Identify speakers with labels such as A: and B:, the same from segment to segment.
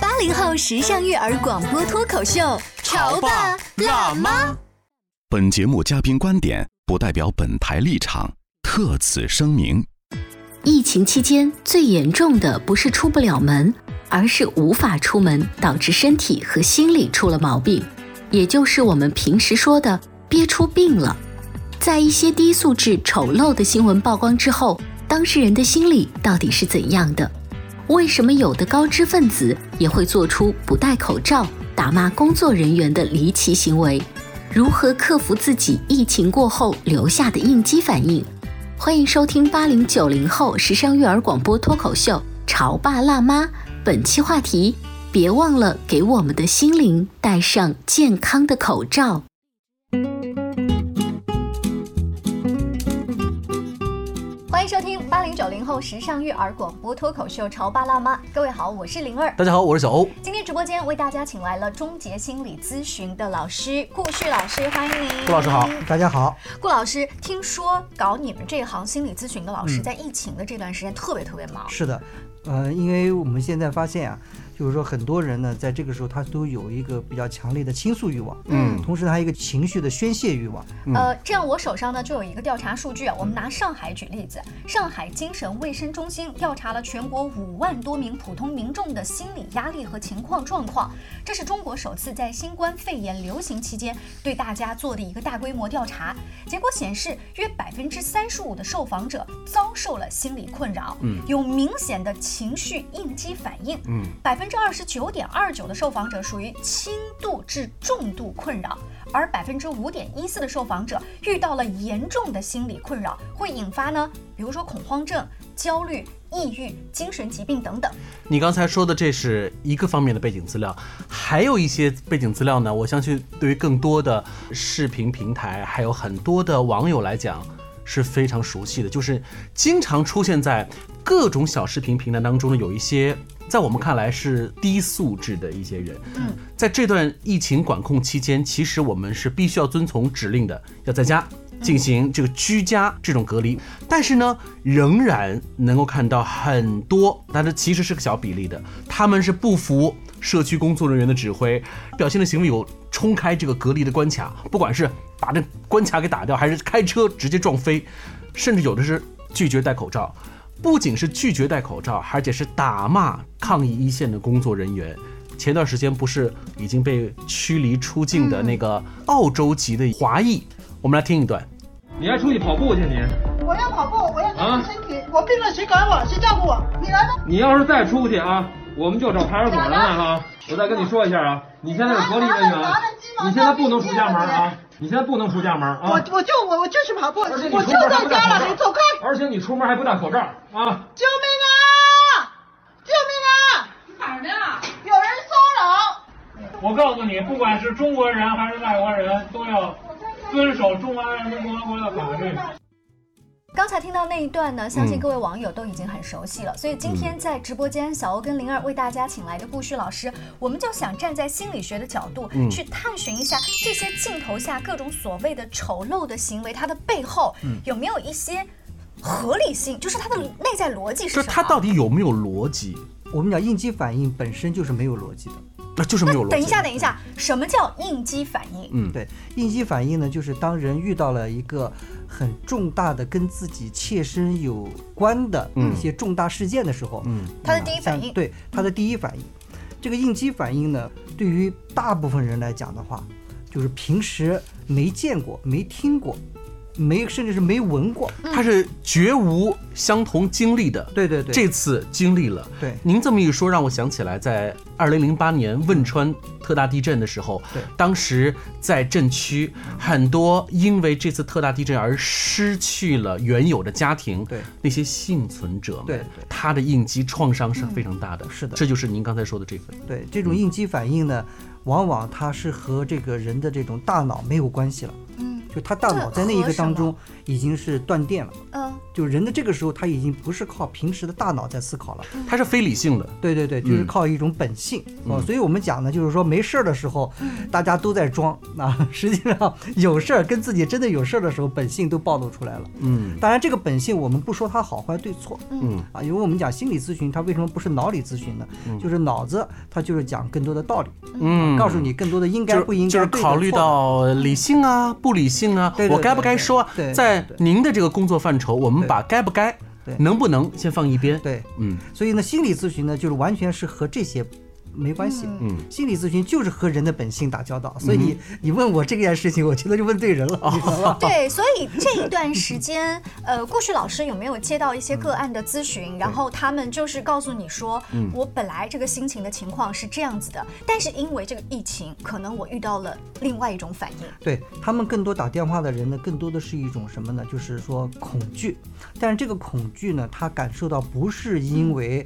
A: 八零后时尚育儿广播脱口秀，潮爸辣妈。
B: 妈。
C: 本节目嘉宾观点不代表本台立场，特此声明。
D: 疫情期间最严重的不是出不了门，而是无法出门，导致身体和心理出了毛病，也就是我们平时说的“憋出病了”。在一些低素质、丑陋的新闻曝光之后，当事人的心理到底是怎样的？为什么有的高知分子也会做出不戴口罩、打骂工作人员的离奇行为？如何克服自己疫情过后留下的应激反应？欢迎收听八零九零后时尚育儿广播脱口秀《潮爸辣妈》。本期话题：别忘了给我们的心灵戴上健康的口罩。
A: 欢迎收听八零九零后时尚育儿广播脱口秀《潮爸辣妈》。各位好，我是灵儿。
E: 大家好，我是小欧。
A: 今天直播间为大家请来了终结心理咨询的老师顾旭老师，欢迎您。
E: 顾老师好
F: 大家好，
A: 顾老师，听说搞你们这行心理咨询的老师，
F: 嗯
A: 在疫情的这段时间特别特别忙。
F: 是的，呃，因为我们现在发现啊，就是说很多人呢，在这个时候他都有一个比较强烈的倾诉欲望，
A: 嗯
F: 同时他还有一个情绪的宣泄欲望，
E: 嗯
A: 呃，这样我手上呢就有一个调查数据啊，我们拿上海举例子，上海精神卫生中心调查了全国五万多名普通民众的心理压力和情况状况，这是中国首次在新冠肺炎流行期间对大家做的一个大规模调查。结果显示，约百分之三十五的受访者遭受了心理困扰，
E: 嗯
A: 有明显的情绪应激反应，
E: 嗯，
A: 百分之二十九点二九的受访者属于轻度至重度困扰，而百分之五点一四的受访者遇到了严重的心理困扰，会引发呢，比如说恐慌症、焦虑、抑郁、精神疾病等等。
E: 你刚才说的这是一个方面的背景资料，还有一些背景资料呢，我相信对于更多的视频平台，还有很多的网友来讲是非常熟悉的，就是经常出现在各种小视频平台当中的有一些。在我们看来是低素质的一些人，
A: 嗯，
E: 在这段疫情管控期间，其实我们是必须要遵从指令的，要在家进行这个居家这种隔离。但是呢，仍然能够看到很多，但是其实是个小比例的，他们是不服社区工作人员的指挥，表现的行为有冲开这个隔离的关卡，不管是把这关卡给打掉，还是开车直接撞飞，甚至有的是拒绝戴口罩。不仅是拒绝戴口罩，而且是打骂抗议一线的工作人员。前段时间不是已经被驱离出境的那个澳洲籍的华裔，我们来听一段。
G: 你还出去跑步去你？
H: 我要跑步，我要锻
G: 啊
H: 炼身体。我病了，谁管我？谁照顾我？你来吧。
G: 你要是再出去啊，我们就找派出所来了哈。我再跟你说一下啊，你现在是隔离人员啊，你现在不能出家门啊，你现在不能出家门啊。
H: 我我就我我就去跑步，
G: 而且你
H: 我就
G: 出门还
H: 在
G: 不戴
H: 家
G: 口
H: 了，
G: 罩
H: 你走开！
G: 而且你出门还不戴口罩啊！
H: 救命啊！救命啊！
I: 哪儿呢？
H: 有人骚扰！
G: 我告诉你，不管是中国人还是外国人，都要遵守中华人民共和国的法律。
A: 刚才听到那一段呢，相信
E: 嗯
A: 各位网友都已经很熟悉了。所以今天在直播间，小欧跟灵儿为大家请来的顾旭老师，我们就想站在心理学的角度、
E: 嗯
A: 去探寻一下这些镜头下各种所谓的丑陋的行为，它的背后、
E: 嗯
A: 有没有一些合理性，就是它的内在逻辑是什
E: 就是
A: 么？
E: 他到底有没有逻辑？
F: 我们讲应激反应本身就是没有逻辑的，
E: 那就是没有逻辑。
A: 等一下，等一下，什么叫应激反应？
E: 嗯
F: 对，应激反应呢，就是当人遇到了一个很重大的跟自己切身有关的一些重大事件的时候，
E: 嗯
A: 他的第一反
F: 像
A: 应，
F: 对他的第一反应。这个应激反应呢，对于大部分人来讲的话，就是平时没见过、没听过，没甚至是没闻过，
E: 他是绝无相同经历的。
F: 嗯对对对，
E: 这次经历了。
F: 对，
E: 您这么一说，让我想起来，在二零零八年汶川特大地震的时候，
F: 对，嗯
E: 当时在震区很多因为这次特大地震而失去了原有的家庭，
F: 对，
E: 那些幸存者们，
F: 对对
E: 他的应激创伤是非常大的。
F: 是的
E: 这就是您刚才说的这份。
F: 对这种应激反应呢，往往它是和这个人的这种大脑没有关系了，
A: 嗯，
F: 就他大脑在那一个当中已经是断电了，
A: 嗯，
F: 就人的这个时候他已经不是靠平时的大脑在思考了，
E: 它是非理性的。
F: 对对对，就是靠一种本性
E: 嗯
F: 哦，所以我们讲呢，就是说没事儿的时候，大家都在装啊， 实际上有事儿跟自己真的有事儿的时候，本性都暴露出来了。
E: 嗯
F: 当然，这个本性我们不说它好坏对错，
E: 嗯
F: 啊，因为我们讲心理咨询，它为什么不是脑理咨询呢？
E: 嗯
F: 就是脑子它就是讲更多的道理，
E: 嗯
F: 告诉你更多的应
E: 就
F: 该
E: 是
F: 不应该，
E: 就是
F: 对的
E: 考虑
F: 错的
E: 到理性啊、不理性啊，
F: 对对
E: 我该不该说啊
F: 对对？对
E: 在您的这个工作范畴，我们把该不该、
F: 对
E: 能不能先放一边。
F: 对，
E: 嗯
F: 所以呢，心理咨询呢，就是完全是和这些没关系。
E: 嗯，
F: 心理咨询就是和人的本性打交道，所以你、
E: 嗯哦
F: 你问我这件事情，我觉得就问对人了，你知 道吧？
A: 呃对，所以这一段时间， 呃，顾旭老师有没有接到一些个案的咨询？然后他们就是告诉你说，
E: 嗯
A: 我本来这个心情的情况是这样子的，但是因为这个疫情，可能我遇到了另外一种反应。
F: 对他们更多打电话的人呢，更多的是一种什么呢？就是说恐惧，但是这个恐惧呢，他感受到不是因为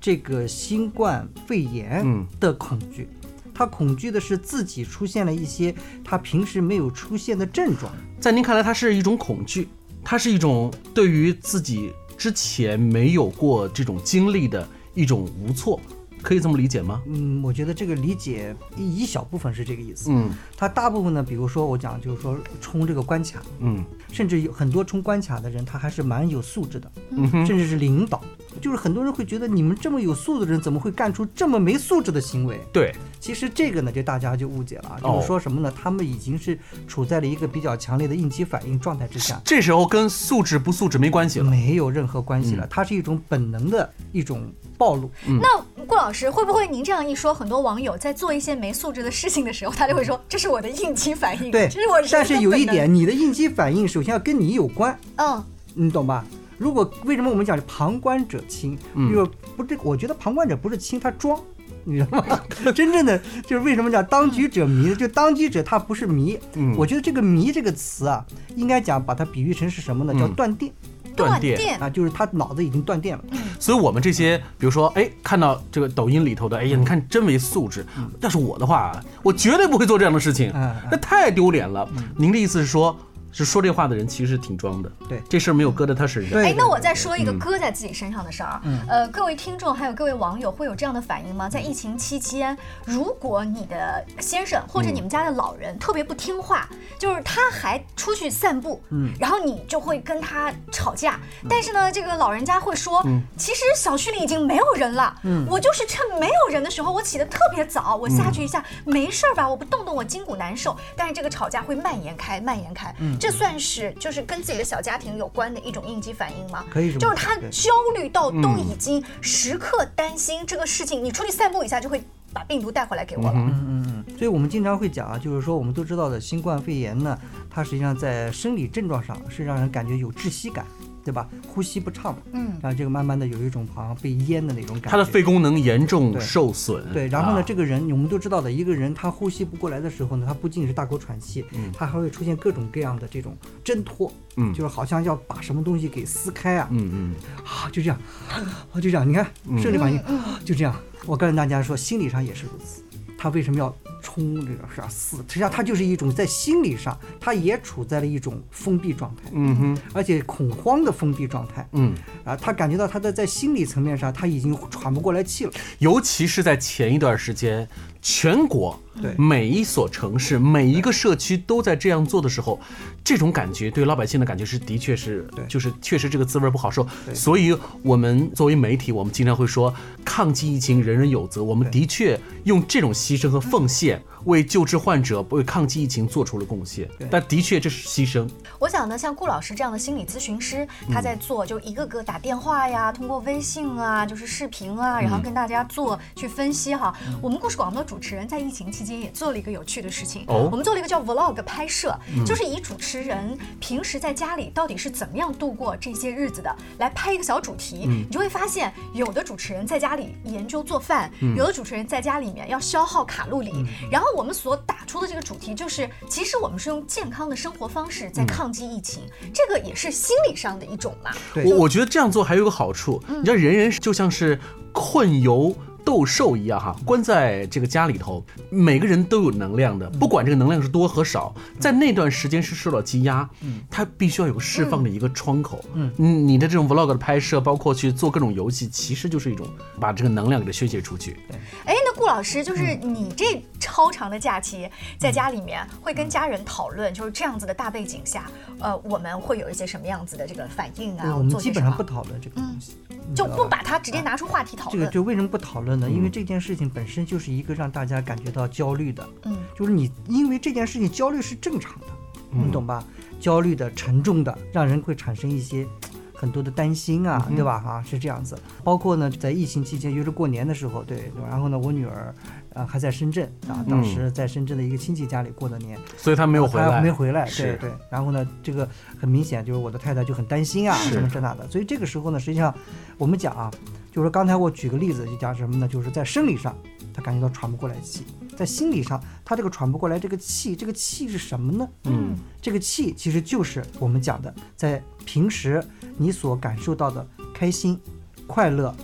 F: 这个新冠肺炎
E: 嗯
F: 的恐惧，他恐惧的是自己出现了一些他平时没有出现的症状。
E: 在您看来，它是一种恐惧，它是一种对于自己之前没有过这种经历的一种无措，可以这么理解吗？
F: 嗯，我觉得这个理解一一小部分是这个意思，
E: 嗯
F: 他大部分呢，比如说我讲就是说冲这个关卡，
E: 嗯
F: 甚至有很多冲关卡的人，他还是蛮有素质的，
E: 嗯哼
F: 甚至是领导。就是很多人会觉得你们这么有素质的人，怎么会干出这么没素质的行为？
E: 对，
F: 其实这个呢，就大家就误解了啊，
E: 哦
F: 就是说什么呢？他们已经是处在了一个比较强烈的应激反应状态之下，
E: 这时候跟素质不素质没关系了。嗯
F: 没有任何关系了，它是一种本能的一种暴露。
A: 那顾老师会不会您这样一说，很多网友在做一些没素质的事情的时候，他就会说这是我的应激反应，
F: 对
A: 这是我人的
F: 但是有一
A: 本能，
F: 点，你的应激反应首先要跟你有关，
A: 嗯，
F: 你懂吧？如果为什么我们讲旁观者清，
E: 嗯
F: 就是不这，我觉得旁观者不是清，他装，你知道 吗？真正的就是为什么讲当局者迷，就当局者他不是迷，
E: 嗯
F: 我觉得这个迷这个词啊，应该讲把它比喻成是什么呢？叫
E: 嗯
F: 断电、
E: 断电。
A: 电，
F: 啊，就是他脑子已经断电了。
E: 所以我们这些，比如说，哎，看到这个抖音里头的，哎
F: 嗯
E: 呀，你看真没素质。要是我的话，我绝对不会做这样的事情
F: 嗯嗯，
E: 那太丢脸了。您的意思是说，是说这话的人其实挺装的，
F: 对
E: 这事儿没有搁在他身上。
F: 对
A: 哎，那我再说一个搁在自己身上的事儿。
F: 嗯
A: 呃，各位听众还有各位网友会有这样的反应吗？在疫情期间，如果你的先生或
F: 嗯
A: 者你们家的老人特别不听话，就是他还出去散步，
F: 嗯
A: 然后你就会跟他吵架。但是呢，这个老人家会说，其实小区里已经没有人了，
F: 嗯
A: 我就是趁没有人的时候，我起得特别早，我下去一下，没事儿吧？我不动动我筋骨难受。但是这个吵架会蔓延开，蔓延开，
F: 嗯
A: 这算是就是跟自己的小家庭有关的一种应激反应吗？
F: 可以这么嗯
A: 就是
F: 说
A: 他
F: 对
A: 焦虑到都已经时刻担心这个事情，你出去散步一下就会把病毒带回来
E: 嗯
A: 给我了。
F: 嗯所以我们经常会讲啊，就是说我们都知道的新冠肺炎呢，它实际上在生理症状上是让人感觉有窒息感，对吧？呼吸不畅嘛，啊
A: 嗯
F: 然后这个慢慢的有一种好像被淹的那种感觉。
E: 他的肺功能严重
F: 对
E: 受损。
F: 对，然后呢，
E: 啊
F: 这个人我们都知道的，一个人他呼吸不过来的时候呢，他不仅是大口喘气，他还会出现各种各样的这种挣脱，
E: 嗯
F: 就是好像要把什么东西给撕开啊，
E: 嗯嗯，
F: 啊，就这样，啊，就这样，你看生理反应、啊就这样。我告诉大家说，心理上也是如此。他为什么要冲这个是啊撕？实际上他就是一种在心理上，他也处在了一种封闭状态，
E: 嗯哼，
F: 而且恐慌的封闭状态
E: 嗯，
F: 啊，他感觉到他的在心理层面上他已经喘不过来气了。
E: 尤其是在前一段时间，全国
F: 对
E: 每一所城市、每一个社区都在这样做的时候，这种感觉对老百姓的感觉是，的确是
F: 对，
E: 就是确实这个滋味不好受。
F: 对
E: 所以，我们作为媒体，我们经常会说，抗击疫情人人有责。我们
F: 对
E: 的确用这种牺牲和奉献，为救治患者、为抗击疫情做出了贡献
F: 对。
E: 但的确这是牺牲。
A: 我想呢，像顾老师这样的心理咨询师，他在做就一个个打电话呀，通过微信啊，就是视频啊，然后跟大家做去分析哈。我们故事广播主持人在疫情期间也做了一个有趣的事情，
E: 哦
A: 我们做了一个叫 vlog 拍摄，
E: 嗯
A: 就是以主持人平时在家里到底是怎么样度过这些日子的，来拍一个小主题。
E: 嗯
A: 你就会发现，有的主持人在家里研究做饭，
E: 嗯
A: 有的主持人在家里面要消耗卡路里。然后我们所打出的这个主题就是，其实我们是用健康的生活方式在
E: 嗯
A: 抗击疫情，这个也是心理上的一种嘛。
E: 我我觉得这样做还有一个好处，
A: 嗯
E: 你知道，人人就像是困游。斗兽一样哈，关在这个家里头，每个人都有能量
F: 嗯
E: 的，不管这个能量是多和少，在那段时间是受到积压，
F: 嗯
E: 它必须要有个释放的一个窗口。
F: 嗯
E: 嗯，你的这种 vlog 的拍摄，包括去做各种游戏，其实就是一种把这个能量给它宣泄出去。
A: 哎，那顾老师，就是
F: 嗯
A: 你这超长的假期，在家里面会跟家人讨论，就是这样子的大背景下，呃，我们会有一些什么样子的这个反应
F: 对
A: 啊？
F: 我们
A: 做
F: 基
A: 些
F: 本
A: 什
F: 上
A: 么嗯
F: 不？讨论这个东西，你知
A: 就
F: 道
A: 不
F: 吧
A: 把它直接拿出话题讨
F: 这个
A: 论。
F: 就为什么不讨论呢？因为
E: 嗯
F: 这件事情本身就是一个让大家感觉到焦虑的，
A: 嗯，
F: 就是你因为这件事情焦虑是正常的，
E: 嗯
F: 你懂吧？焦虑的、沉重的，让人会产生一些很多的担心啊，
E: 嗯哼
F: 对吧？啊，是这样子。包括呢，在疫情期间，尤其是过年的时候，对，然后呢，我女儿啊、呃还在深圳啊，当
E: 嗯
F: 时在深圳的一个亲戚家里过的年，
E: 所以他没有
F: 啊
E: 回来
F: 没回来，对
E: 是
F: 对。然后呢，这个很明显就是我的太太就很担心啊，
E: 是
F: 什么这那的。所以这个时候呢，实际上我们讲啊，就是说刚才我举个例子，就讲什么呢？就是在生理上，他感觉到喘不过来气；在心理上，他这个喘不过来这个气，这个气是什么呢？
E: 嗯，
F: 这个气其实就是我们讲的，在平时你所感受到的开心、快乐、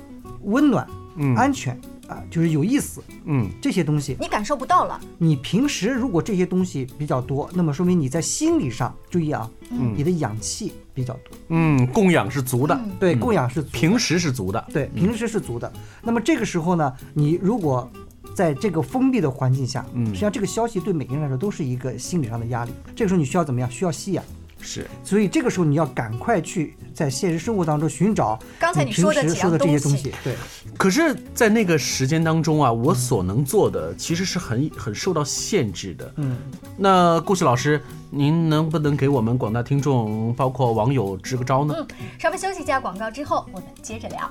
F: 温暖、
E: 嗯
F: 安全啊，就是有意思，
E: 嗯，
F: 这些东西。
A: 你感受不到了，
F: 你平时如果这些东西比较多，那么说明你在心理上注意啊，
E: 嗯
F: 你的氧气比较多，
E: 嗯，供氧是足的，
F: 对，供氧是足，
E: 平嗯时是足的，
F: 嗯对，平时是足的。那么这个时候呢，你如果在这个封闭的环境下，
E: 嗯
F: 实际上这个消息对每个人来说都是一个心理上的压力。这个时候你需要怎么样？需要吸氧。
E: 是，
F: 所以这个时候你要赶快去在现实生活当中寻找
A: 刚才
F: 你
A: 你
F: 平
A: 说的
F: 时
A: 几
F: 说
A: 样
F: 的这些
A: 东
F: 东
A: 西
F: 西，对。
E: 可是，在那个时间当中啊，我所能做的其实是很很受到限制的。
F: 嗯，
E: 那顾旭老师，您能不能给我们广大听众，包括网友支个招呢？
A: 嗯，稍微休息一下广告之后，我们接着聊。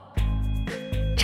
D: 《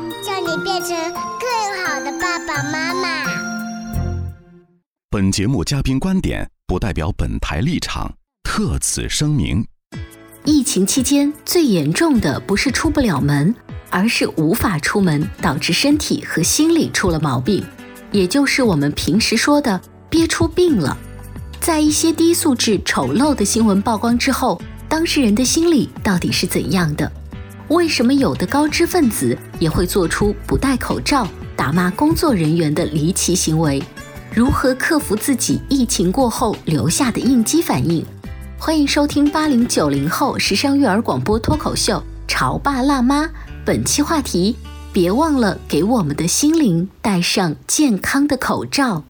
J: 叫你变成更好的爸爸妈妈。
C: 本节目嘉宾观点不代表本台立场，特此声明。”。
D: 疫情期间最严重的不是出不了门，而是无法出门，导致身体和心理出了毛病，也就是我们平时说的憋出病了。在一些低素质、丑陋的新闻曝光之后，当事人的心理到底是怎样的？为什么有的高知分子也会做出不戴口罩、打骂工作人员的离奇行为？如何克服自己疫情过后留下的应激反应？欢迎收听八零九零后时尚育儿广播脱口秀《潮爸辣妈》。本期话题：别忘了给我们的心灵戴上健康的口罩。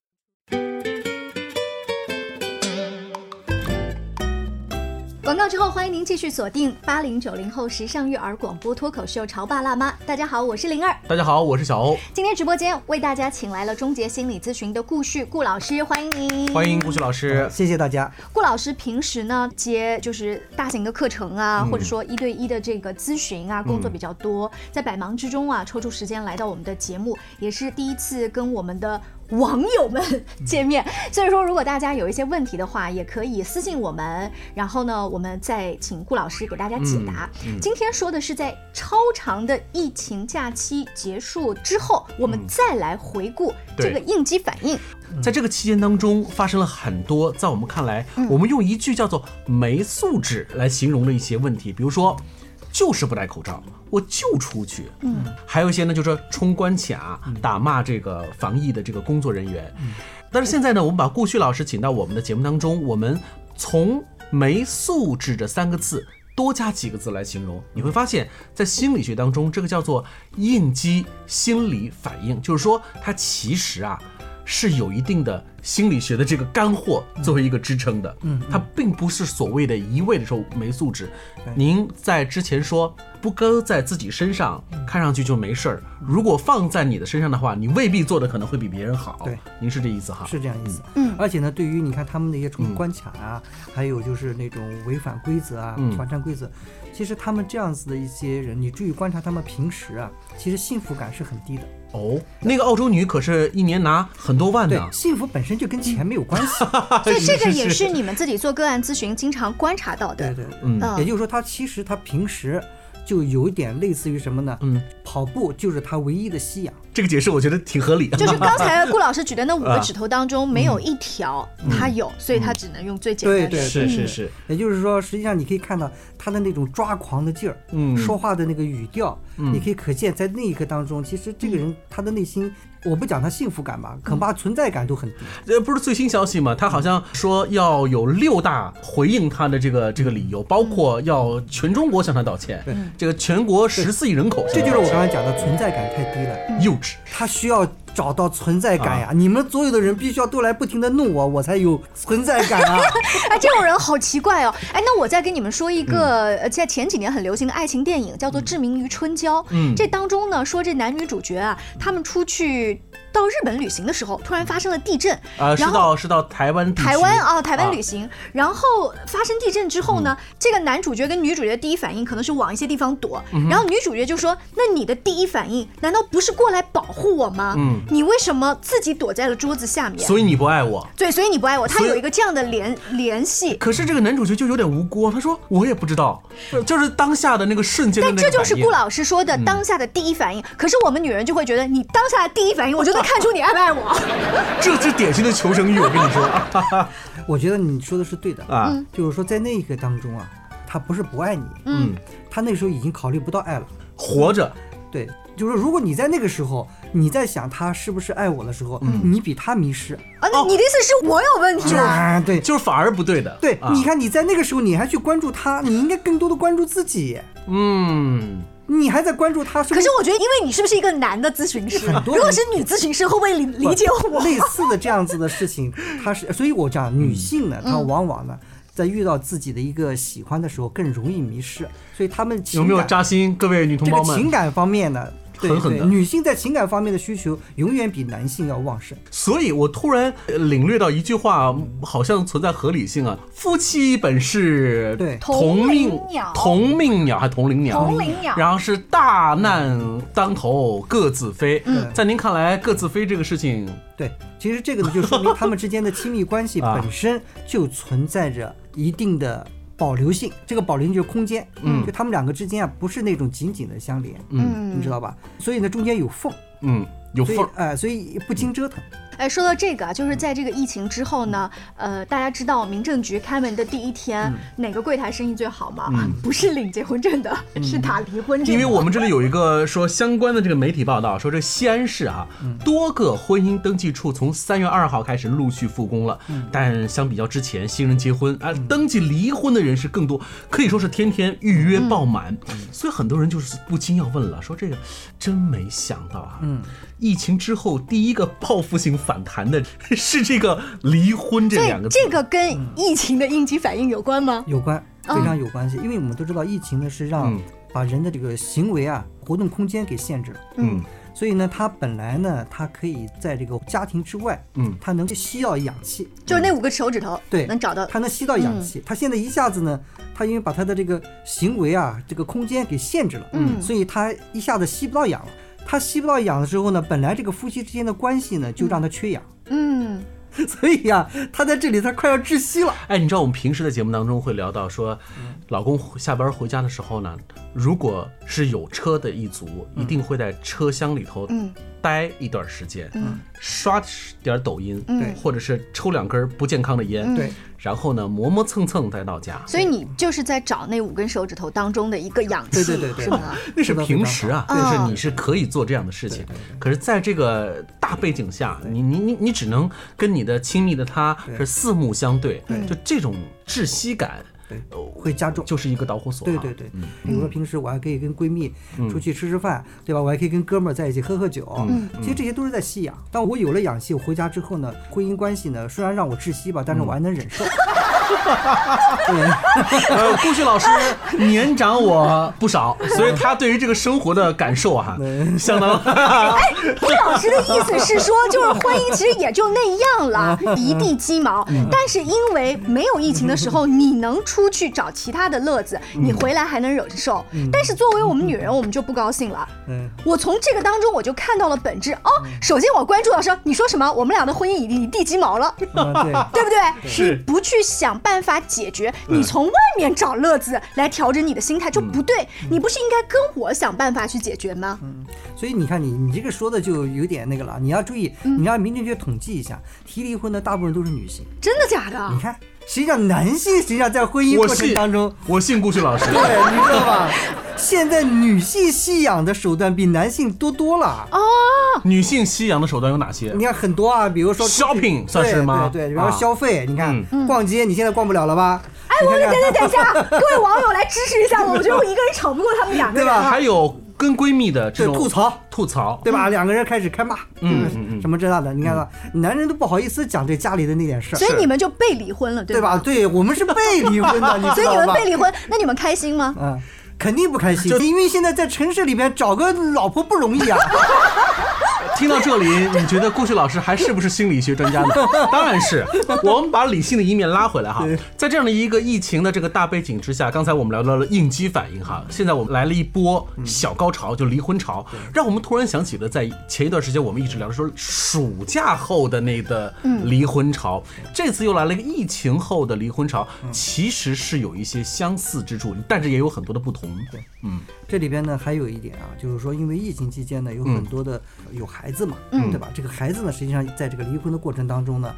A: 广告之后，欢迎您继续锁定八零九零后时尚育儿广播脱口秀《潮爸辣妈》。大家好，我是灵儿。
E: 大家好，我是小欧，
A: 今天直播间为大家请来了终结心理咨询的顾旭顾老师，欢迎您，
E: 欢迎顾旭老师，
F: 谢谢大家。
A: 顾老师平时呢接就是大型的课程啊，
E: 嗯
A: 或者说一对一的这个咨询啊，工作比较多，在百忙之中啊抽出时间来到我们的节目，也是第一次跟我们的网友们
E: 嗯
A: 见面。所以说，如果大家有一些问题的话，也可以私信我们，然后呢，我们再请顾老师给大家解答。
E: 嗯嗯
A: 今天说的是在超长的疫情假期结束之后，我们再来回顾这
E: 嗯对
A: 个应激反应。
E: 在这个期间当中，发生了很多在我们看来，我们用一句叫做“没素质”来形容的一些问题，比如说，就是不戴口罩，我就出去。
K: 嗯，
E: 还有一些呢，就是冲关卡、打骂这个防疫的这个工作人员。但是现在呢，我们把顾旭老师请到我们的节目当中，我们从“没素质”这三个字多加几个字来形容，你会发现在心理学当中，这个叫做应激心理反应，就是说它其实啊是有一定的心理学的这个干货作为一个支撑的，
F: 嗯嗯嗯
E: 它并不是所谓的一味的说没素质。您在之前说不搁在自己身上，
F: 嗯
E: 看上去就没事儿，如果放在你的身上的话，你未必做的可能会比别人好。
F: 对，
E: 您是这意思哈？
F: 是这样意思。
A: 嗯，
F: 而且呢，对于你看他们那些冲关卡啊，还有就是那种违反规则啊、
E: 嗯
F: 挑战规则，其实他们这样子的一些人，你注意观察他们平时啊，其实幸福感是很低的。
E: 哦，那个澳洲女可是一年拿很多万呢
F: 对，。幸福本身就跟钱没有关系，
A: 所以这个也是你们自己做个案咨询经常观察到的。
F: 对对，
A: 嗯
F: 也就是说，他其实他平时就有一点类似于什么呢？
E: 嗯，
F: 跑步就是他唯一的吸氧。
E: 这个解释我觉得挺合理。
A: 就是刚才顾老师举的那五个
F: 啊嗯
A: 指头当中，没有一条它有，所以它只能用最简单
F: 对
A: 的。
F: 对，
E: 是是
F: 嗯
E: 是，
F: 也就是说，实际上你可以看到他的那种抓狂的劲儿，
E: 嗯
F: 说话的那个语调，
E: 嗯
F: 你可以可见在那一刻当中，其实这个人他的内心，我不讲他幸福感吧，恐怕存在感都很低。
E: 呃，不是最新消息吗？他好像说要有六大回应他的这个这个理由，包括要全中国向他道歉，
F: 对
E: 这个全国十四亿人口，
F: 这就是我刚才讲的存在感太低了，
E: 幼稚。
F: 他需要找到存在感呀！你们所有的人必须要都来不停的弄我，我才有存在感 啊！
A: 哎，这种人好奇怪哦！哎，那我再跟你们说一个，呃，在前几年很流行的爱情电影，叫做《志明与春娇》。
L: 嗯
A: 这当中呢，说这男女主角啊，他们出去到日本旅行的时候，突然发生了地震，
F: 啊
E: 呃，是
A: 然后
E: 到是到台湾地区
A: 台湾啊，台湾旅行，然后发生地震之后呢，
E: 嗯
A: 这个男主角跟女主角第一反应可能是往一些地方躲，
E: 嗯哼
A: 然后女主角就说：“那你的第一反应难道不是过来保护我吗？
E: 嗯
A: 你为什么自己躲在了桌子下面？”
E: 所以你不爱我。
A: 对，所以你不爱我，他
E: 所以
A: 有一个这样的联联系。
E: 可是这个男主角就有点无辜，他说我也不知道，就是当下的那个瞬间的
A: 但
E: 那个
A: 这就是
E: 反应
A: 顾老师说的
E: 嗯
A: 当下的第一反应。可是我们女人就会觉得，你当下的第一反应，我就能看出你爱不爱 我。
E: 这是典型的求生欲，我跟你 说。
F: 我觉得你说的是对的
E: 啊嗯
F: 就是说在那一刻当中啊，他不是不爱你，
E: 嗯，
F: 他那时候已经考虑不到爱了，
E: 活着，
F: 对，就是如果你在那个时候你在想他是不是爱我的时候，你比他迷失。
A: 嗯啊，那你的意思是我有问题啊？
F: 啊，对，
E: 哦就是反而不对的。
F: 对，
E: 啊
F: 你看你在那个时候，你还去关注他，你应该更多的关注自己。
E: 嗯，
F: 你还在关注他是不
A: 可是我觉得，因为你是不是一个男的咨询师？
F: 很多
A: 如果是女咨询师，会不会理理解
F: 不
A: 我？
F: 类似的这样子的事 情，她是，所以我讲女性呢，
A: 嗯
F: 她往往呢，在遇到自己的一个喜欢的时候，更容易迷失，所以她们情
E: 有没有
F: 感
E: 扎心？各位女同
F: 这
E: 胞
F: 个
E: 们，
F: 情感方面呢，对
E: 狠狠
F: 对，
E: 地
F: 女性在情感方面的需求永远比男性要旺盛。
E: 所以我突然呃领略到一句话，好像存在合理性啊。夫妻本是
F: 对
E: 同命
F: 同林鸟
E: 同命鸟还同林鸟，
F: 同林鸟
E: 然后是大难当头各自飞。
F: 嗯
E: 在您看来，各自飞这个事情，
F: 对，其实这个呢，就说明他们之间的亲密关系
E: 啊
F: 本身就存在着一定的保留性，这个保留性就是空间，
E: 嗯
F: 就他们两个之间啊，不是那种紧紧的相连，
E: 嗯
F: 你知道吧？所以呢，中间有缝，
E: 嗯，有缝
F: 所
E: 儿
F: 以，哎、所以不经折腾。
A: 哎，说到这个啊，就是在这个疫情之后呢，呃，大家知道民政局开门的第一天，哪个柜台生意最好吗？
E: 嗯
A: 不是领结婚证的， 是打离婚证的。
E: 因为我们这里有一个说相关的这个媒体报道，说这西安市啊，多个婚姻登记处从三月二号开始陆续复工了，但相比较之前，新人结婚啊，登记离婚的人是更多，可以说是天天预约爆满，所以很多人就是不禁要问了，说这个真没想到啊，
F: 嗯，
E: 疫情之后第一个报复性反弹的 是这个离婚这
A: 所以
E: 两个字，
A: 哎
E: 嗯
A: 这个跟疫情的应急反应有关吗？
F: 有关，非
E: 啊
A: 嗯
F: 常有关系，因为我们都知道疫情呢是
E: 嗯
F: 让把人的这个行为啊、活动空间给限制了。
E: 嗯
F: 所以呢，他本来呢，他可以在这个家庭之外，
E: 嗯，
F: 他能吸到氧气，
A: 就是那五个手指头，
F: 对，
A: 能找到嗯
F: 他能吸到氧气。他现在一下子呢，他因为把他的这个行为啊，这个空间给限制了，
A: 嗯
F: 所以他一下子吸不到氧了。他吸不到氧的时候呢，本来这个夫妻之间的关系呢，就让他缺氧。
M: 嗯，
F: 所以呀、他在这里他快要窒息了。
E: 哎，你知道我们平时的节目当中会聊到说，老公下班回家的时候呢，如果是有车的一族，一定会在车厢里头
N: 嗯
E: 待一段时间，
N: 嗯
E: 刷点抖音，
N: 嗯
E: 或者是抽两根不健康的烟，
M: 嗯对，
E: 然后呢磨磨蹭蹭再到家。
M: 所以你就是在找那五根手指头当中的一个氧气，是吗？
E: 那是平时啊，
M: 嗯，
E: 但是你是可以做这样的事情。可是，在这个大背景下，你你你你只能跟你的亲密的他是四目相对，就这种窒息感，
F: 会加重，
E: 就是一个导火索。
F: 对对对，比如
A: 嗯
F: 说平时我还可以跟闺蜜
E: 嗯
F: 出去吃吃饭，对吧？我还可以跟哥们儿在一起喝喝酒
E: 嗯，
F: 其实这些都是在吸氧。但我有了氧气，我回家之后呢，婚姻关系呢虽然让我窒息吧，
E: 嗯
F: 但是我还能忍受。
E: 呃，顾旭老师年长我不少，所以他对于这个生活的感受啊，相当。
A: 哎，顾老师的意思是说，就是婚姻其实也就那样了一地鸡毛
M: 嗯。
A: 但是因为没有疫情的时候，你能出去找其他的乐子，
M: 嗯
A: 你回来还能忍受
M: 嗯。
A: 但是作为我们女人，我们就不高兴了。
F: 嗯，
A: 我从这个当中我就看到了本质哦。
M: 嗯
A: 首先我关注到说，你说什么？我们俩的婚姻已经一地鸡毛了，
M: 嗯
A: 对
F: 对
A: 不对？
F: 是
A: 你不去想办法解决，你从外面找乐子来调整你的心态就
M: 嗯
A: 不对。你不是应该跟我想办法去解决吗？
F: 所以你看你你这个说的就有点那个了，你要注意，
A: 嗯
F: 你让民政局统计一下，提离婚的大部分都是女性。
A: 真的假的？
F: 你看，实际上男性实际上在婚姻
E: 我
F: 过程
E: 信
F: 当中，
E: 我信顾旭老师。
F: 对，你知道吧？现在女性吸氧的手段比男性多多了。
A: 哦，
E: 女性吸氧的手段有哪些？
F: 你看很多啊，比如说出去
E: Shopping 算是吗
F: 对对对，比方
E: 啊
F: 说消费，你看逛街，你现在逛不了了吧？
A: 嗯哎，我们等等等一下，各位网友来支持一下我，我觉得我一个人吵不过他们 两个人。
E: 还有跟闺蜜的这种
F: 对吐槽，
E: 吐槽，
F: 对吧？两个人开始开骂，
E: 嗯
F: 就是
E: 嗯嗯
F: 什么这那的，你看到男人都不好意思讲这家里的那点事 儿，
A: 所以你们就被离婚了，
F: 对
A: 吧？
F: 吧？对我们是被离 婚的，你
A: 所
F: 知
A: 以你
F: 道
A: 们
F: 吧？
A: 被离婚，那你们开心吗？
F: 嗯，肯定不开心，因为现在在城市里边找个老婆不容易啊。
E: 听到这里，你觉得顾旭老师还是不是心理学专家呢？当然是。我们把理性的一面拉回来哈，在这样的一个疫情的这个大背景之下，刚才我们聊到了应激反应哈，现在我们来了一波小高潮，就离婚潮，让我们突然想起了在前一段时间我们一直聊的说暑假后的那个
O: 嗯
E: 离婚潮，这次又来了一个疫情后的离婚潮，其实是有一些相似之处，但是也有很多的不同。对，嗯，
F: 这里边呢还有一点啊，就是说因为疫情期间呢，有很多的、有孩子嘛，
E: 嗯
F: 对吧？这个孩子呢，实际上在这个离婚的过程当中呢，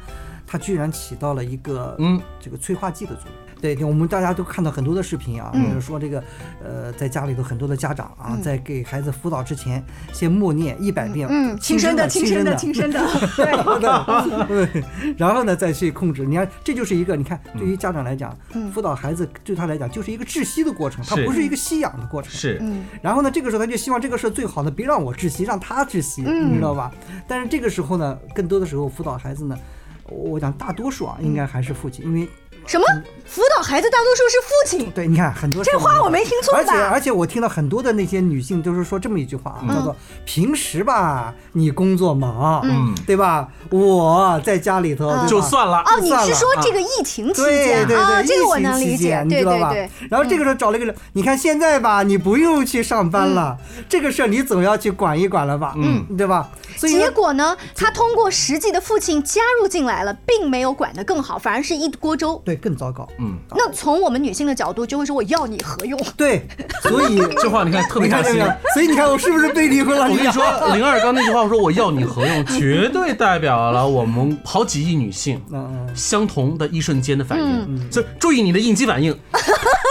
F: 他居然起到了一个
E: 嗯
F: 这个催化剂的作用。对，我们大家都看到很多的视频啊，
E: 嗯
F: 就是说这个，呃，在家里头很多的家长啊，
E: 嗯
F: 在给孩子辅导之前，先默念一百遍，
A: 嗯
F: 亲生
A: 亲
F: 亲
A: 生的
F: 亲
A: 亲生的亲生的
F: 对对，然后呢再去控制。你看，这就是一个，你看，对于家长来讲，辅导孩子对他来讲就是一个窒息的过程，它
E: 是
F: 不是一个吸氧的过程。
E: 是嗯
F: 然后呢，这个时候他就希望这个事儿最好的别让我窒息，让他窒息，
E: 嗯
F: 你知道吧？但是这个时候呢，更多的时候辅导孩子呢，我我讲大多数啊，应该还是父亲，因为
A: 什么辅导孩子大多数是父亲？
F: 对，你看很多
A: 这话我没听错
F: 嗯而且
A: 吧？
F: 而且我听到很多的那些女性都是说这么一句话啊，
A: 嗯
F: 叫做平时吧你工作忙，
E: 嗯
F: 对吧？我在家里头
A: 嗯
F: 对吧
A: 就算了哦你
F: 就算
A: 是
F: 了
A: 说这个
F: 啊
A: 疫情期
F: 对
A: 间
F: 对
A: 啊
F: 对，
A: 这个我
F: 疫情
A: 能
F: 期
A: 理解
F: 间你
A: 对
F: 知道
A: 对
F: 吧
A: 对？
F: 然后这个时候找了一个人，你看现在吧，你不用去上班了，这个事儿你总要去管一管了吧，
A: 嗯，
F: 对吧？所以呢
A: 结果呢？他通过实际的父亲加入进来了，并没有管得更好，反而是一锅粥。
F: 对更糟糕，
E: 嗯，
A: 那从我们女性的角度，就会说我要你何用？
F: 对，所以
E: 这话你看 特 别
F: 你看
E: 扎心
F: 这
E: 啊
F: 个。所以你看我是不是被离婚了？，
E: 哎 我跟你说零二刚那句话说“我要你何 用”，绝对代表了我们好几亿女性相同的一瞬间的反
A: 嗯
E: 应。所以注意你的应激反 应，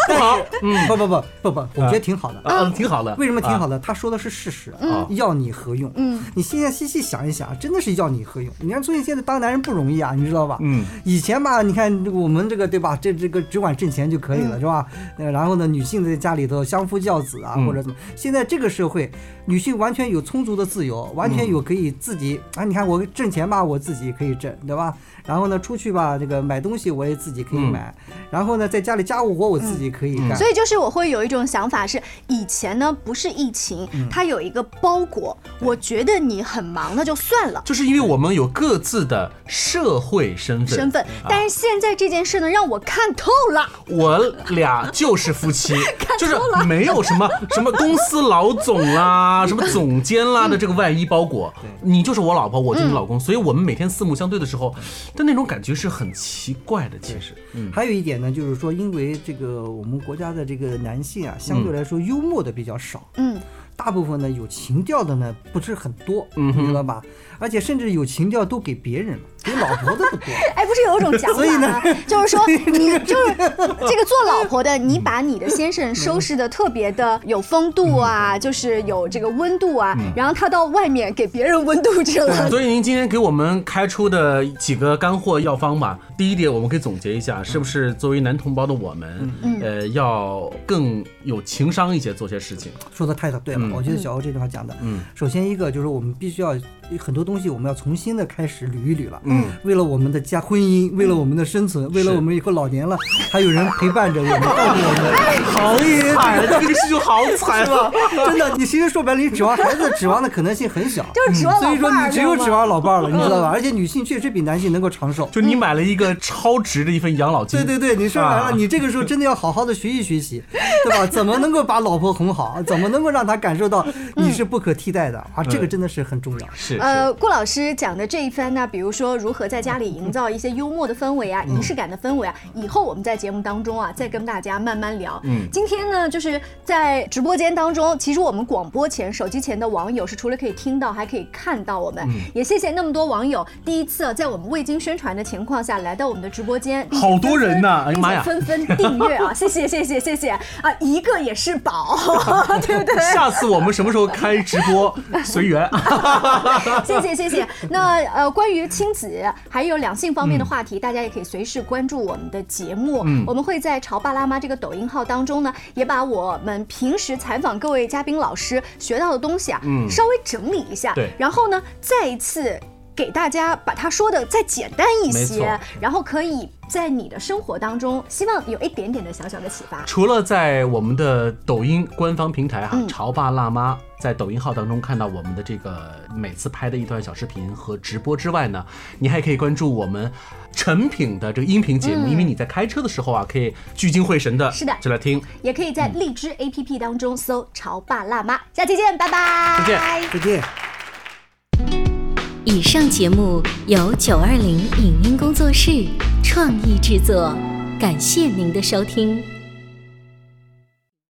E: 不好。嗯，
F: 不不不不不，我觉得挺好的，
E: 啊，挺好的。
F: 为什么挺好
E: 的？
F: 的？他说的是事实
E: 嗯，
F: 要你何用？
E: 嗯，
F: 你现在细细想一想，啊真的是要你何用？你看，所以现在当男人不容易啊，你知道吧？
E: 嗯，
F: 以前吧，你看我们这个对吧，这这个只管挣钱就可以了，是吧？呃然后呢，女性在家里头相夫教子啊，
E: 嗯
F: 或者怎么？现在这个社会，女性完全有充足的自由，完全有可以自己啊，你看我挣钱吧，我自己可以挣，对吧？然后呢，出去吧，这个买东西我也自己可以
A: 嗯
F: 买，然后呢，在家里家务活我自己可以干。
A: 所以就是我会有一种想法是，以前呢不是疫情
F: 嗯，
A: 它有一个包裹，我觉得你很很忙，那就算了。
E: 就是因为我们有各自的社会身份，啊
A: 身
F: 啊
A: 份，但是现在这件事呢，让我看透了。
E: 我俩就是夫 妻，就是没有什么什么公司老总 啦、什么总监啦的这个外衣包裹。你就是我老婆，我就是你老公，所以我们每天四目相对的时候，但那种感觉是很奇怪的。其实，嗯，
F: 还有一点呢，就是说，因为这个我们国家的这个男性啊，相对来说幽默的比较少，
A: 嗯，
F: 大部分呢有情调的呢不是很多，
E: 嗯
F: 你知道吧？而且甚至有情调都给别人了，给老婆的不多。
A: 哎，不是有一种讲
F: 所以
A: 法
F: 呢嗯
A: 吗？就是说， 你就是这个做老婆的，你把你的先生收拾的特别的有风度
F: 嗯
A: 啊，就是有这个温度啊，然后他到外面给别人温度去 了。
E: 嗯所以您今天给我们开出的几个干货药方吧，第一点我们可以总结一下，是不是作为男同胞的我们，
F: 嗯
E: 呃，要更有情商一些，做些事情。
F: 说的太对了，
E: 嗯
F: 我觉得小欧这句话讲的，
E: 嗯
F: 首先一个就是我们必须要很多东西我们要重新的开始捋一捋了，
E: 嗯，
F: 为了我们的家婚姻，为了我们的生存，为了我们以后老年了还有人陪伴着我们，照顾我们，所以
E: 惨这个事情好惨啊
F: 是吧？真的，你其实说白了，你指望孩子指望的可能性很小，嗯
A: 就是指望
F: 所以
A: 老
F: 说
A: 伴儿
F: 你只有
A: 知道吗
F: 指望老伴儿了，你知道吧？
E: 嗯
F: 而且女性确实比男性能够长寿，
E: 就你买了一个超值的一份养老金，
F: 对对对，你说完了，
E: 啊
F: 你这个时候真的要好好的学习学习，对吧？怎么能够把老婆哄好？怎么能够让她感受到你是不可替代的啊？这个真的是很重要。
E: 是
A: 呃，顾老师讲的这一番呢，比如说如何在家里营造一些幽默的氛围
E: 嗯
A: 啊、仪式感的氛围啊，以后我们在节目当中啊再跟大家慢慢聊。
E: 嗯
A: 今天呢，就是在直播间当中，其实我们广播前、手机前的网友是除了可以听到，还可以看到我们。
E: 嗯
A: 也谢谢那么多网友第一次、啊、在我们未经宣传的情况下来到我们的直播间，并且
E: 好多人呐
A: 纷纷
E: 哎呀妈呀
A: 并且纷纷订阅啊！谢谢谢谢谢谢啊，一个也是宝， 对不对？
E: 下次我们什么时候开直播？随缘。
A: 谢谢谢谢。那呃，关于亲子还有两性方面的话题，大家也可以随时关注我们的节目。
E: 嗯
A: 我们会在“潮爸辣妈”这个抖音号当中呢，也把我们平时采访各位嘉宾老师学到的东西啊，
E: 嗯
A: 稍微整理一下，
E: 对
A: 然后呢，再一次。给大家把它说的再简单一
E: 没
A: 些
E: 错，
A: 然后可以在你的生活当中，希望有一点点的小小的启发。
E: 除了在我们的抖音官方平台哈、
A: 嗯
E: 潮爸辣妈在抖音号当中看到我们的这个每次拍的一段小视频和直播之外呢，你还可以关注我们成品的这个音频节目，
A: 嗯
E: 因为你在开车的时候啊，可以聚精会神的，
A: 是的
E: 就来听。
A: 也可以在
E: 嗯
A: 荔枝 APP 当中搜“潮爸辣妈”，下期见，拜拜，
E: 再见
F: 再见。
D: 以上节目由九二零影音工作室创意制作，感谢您的收听。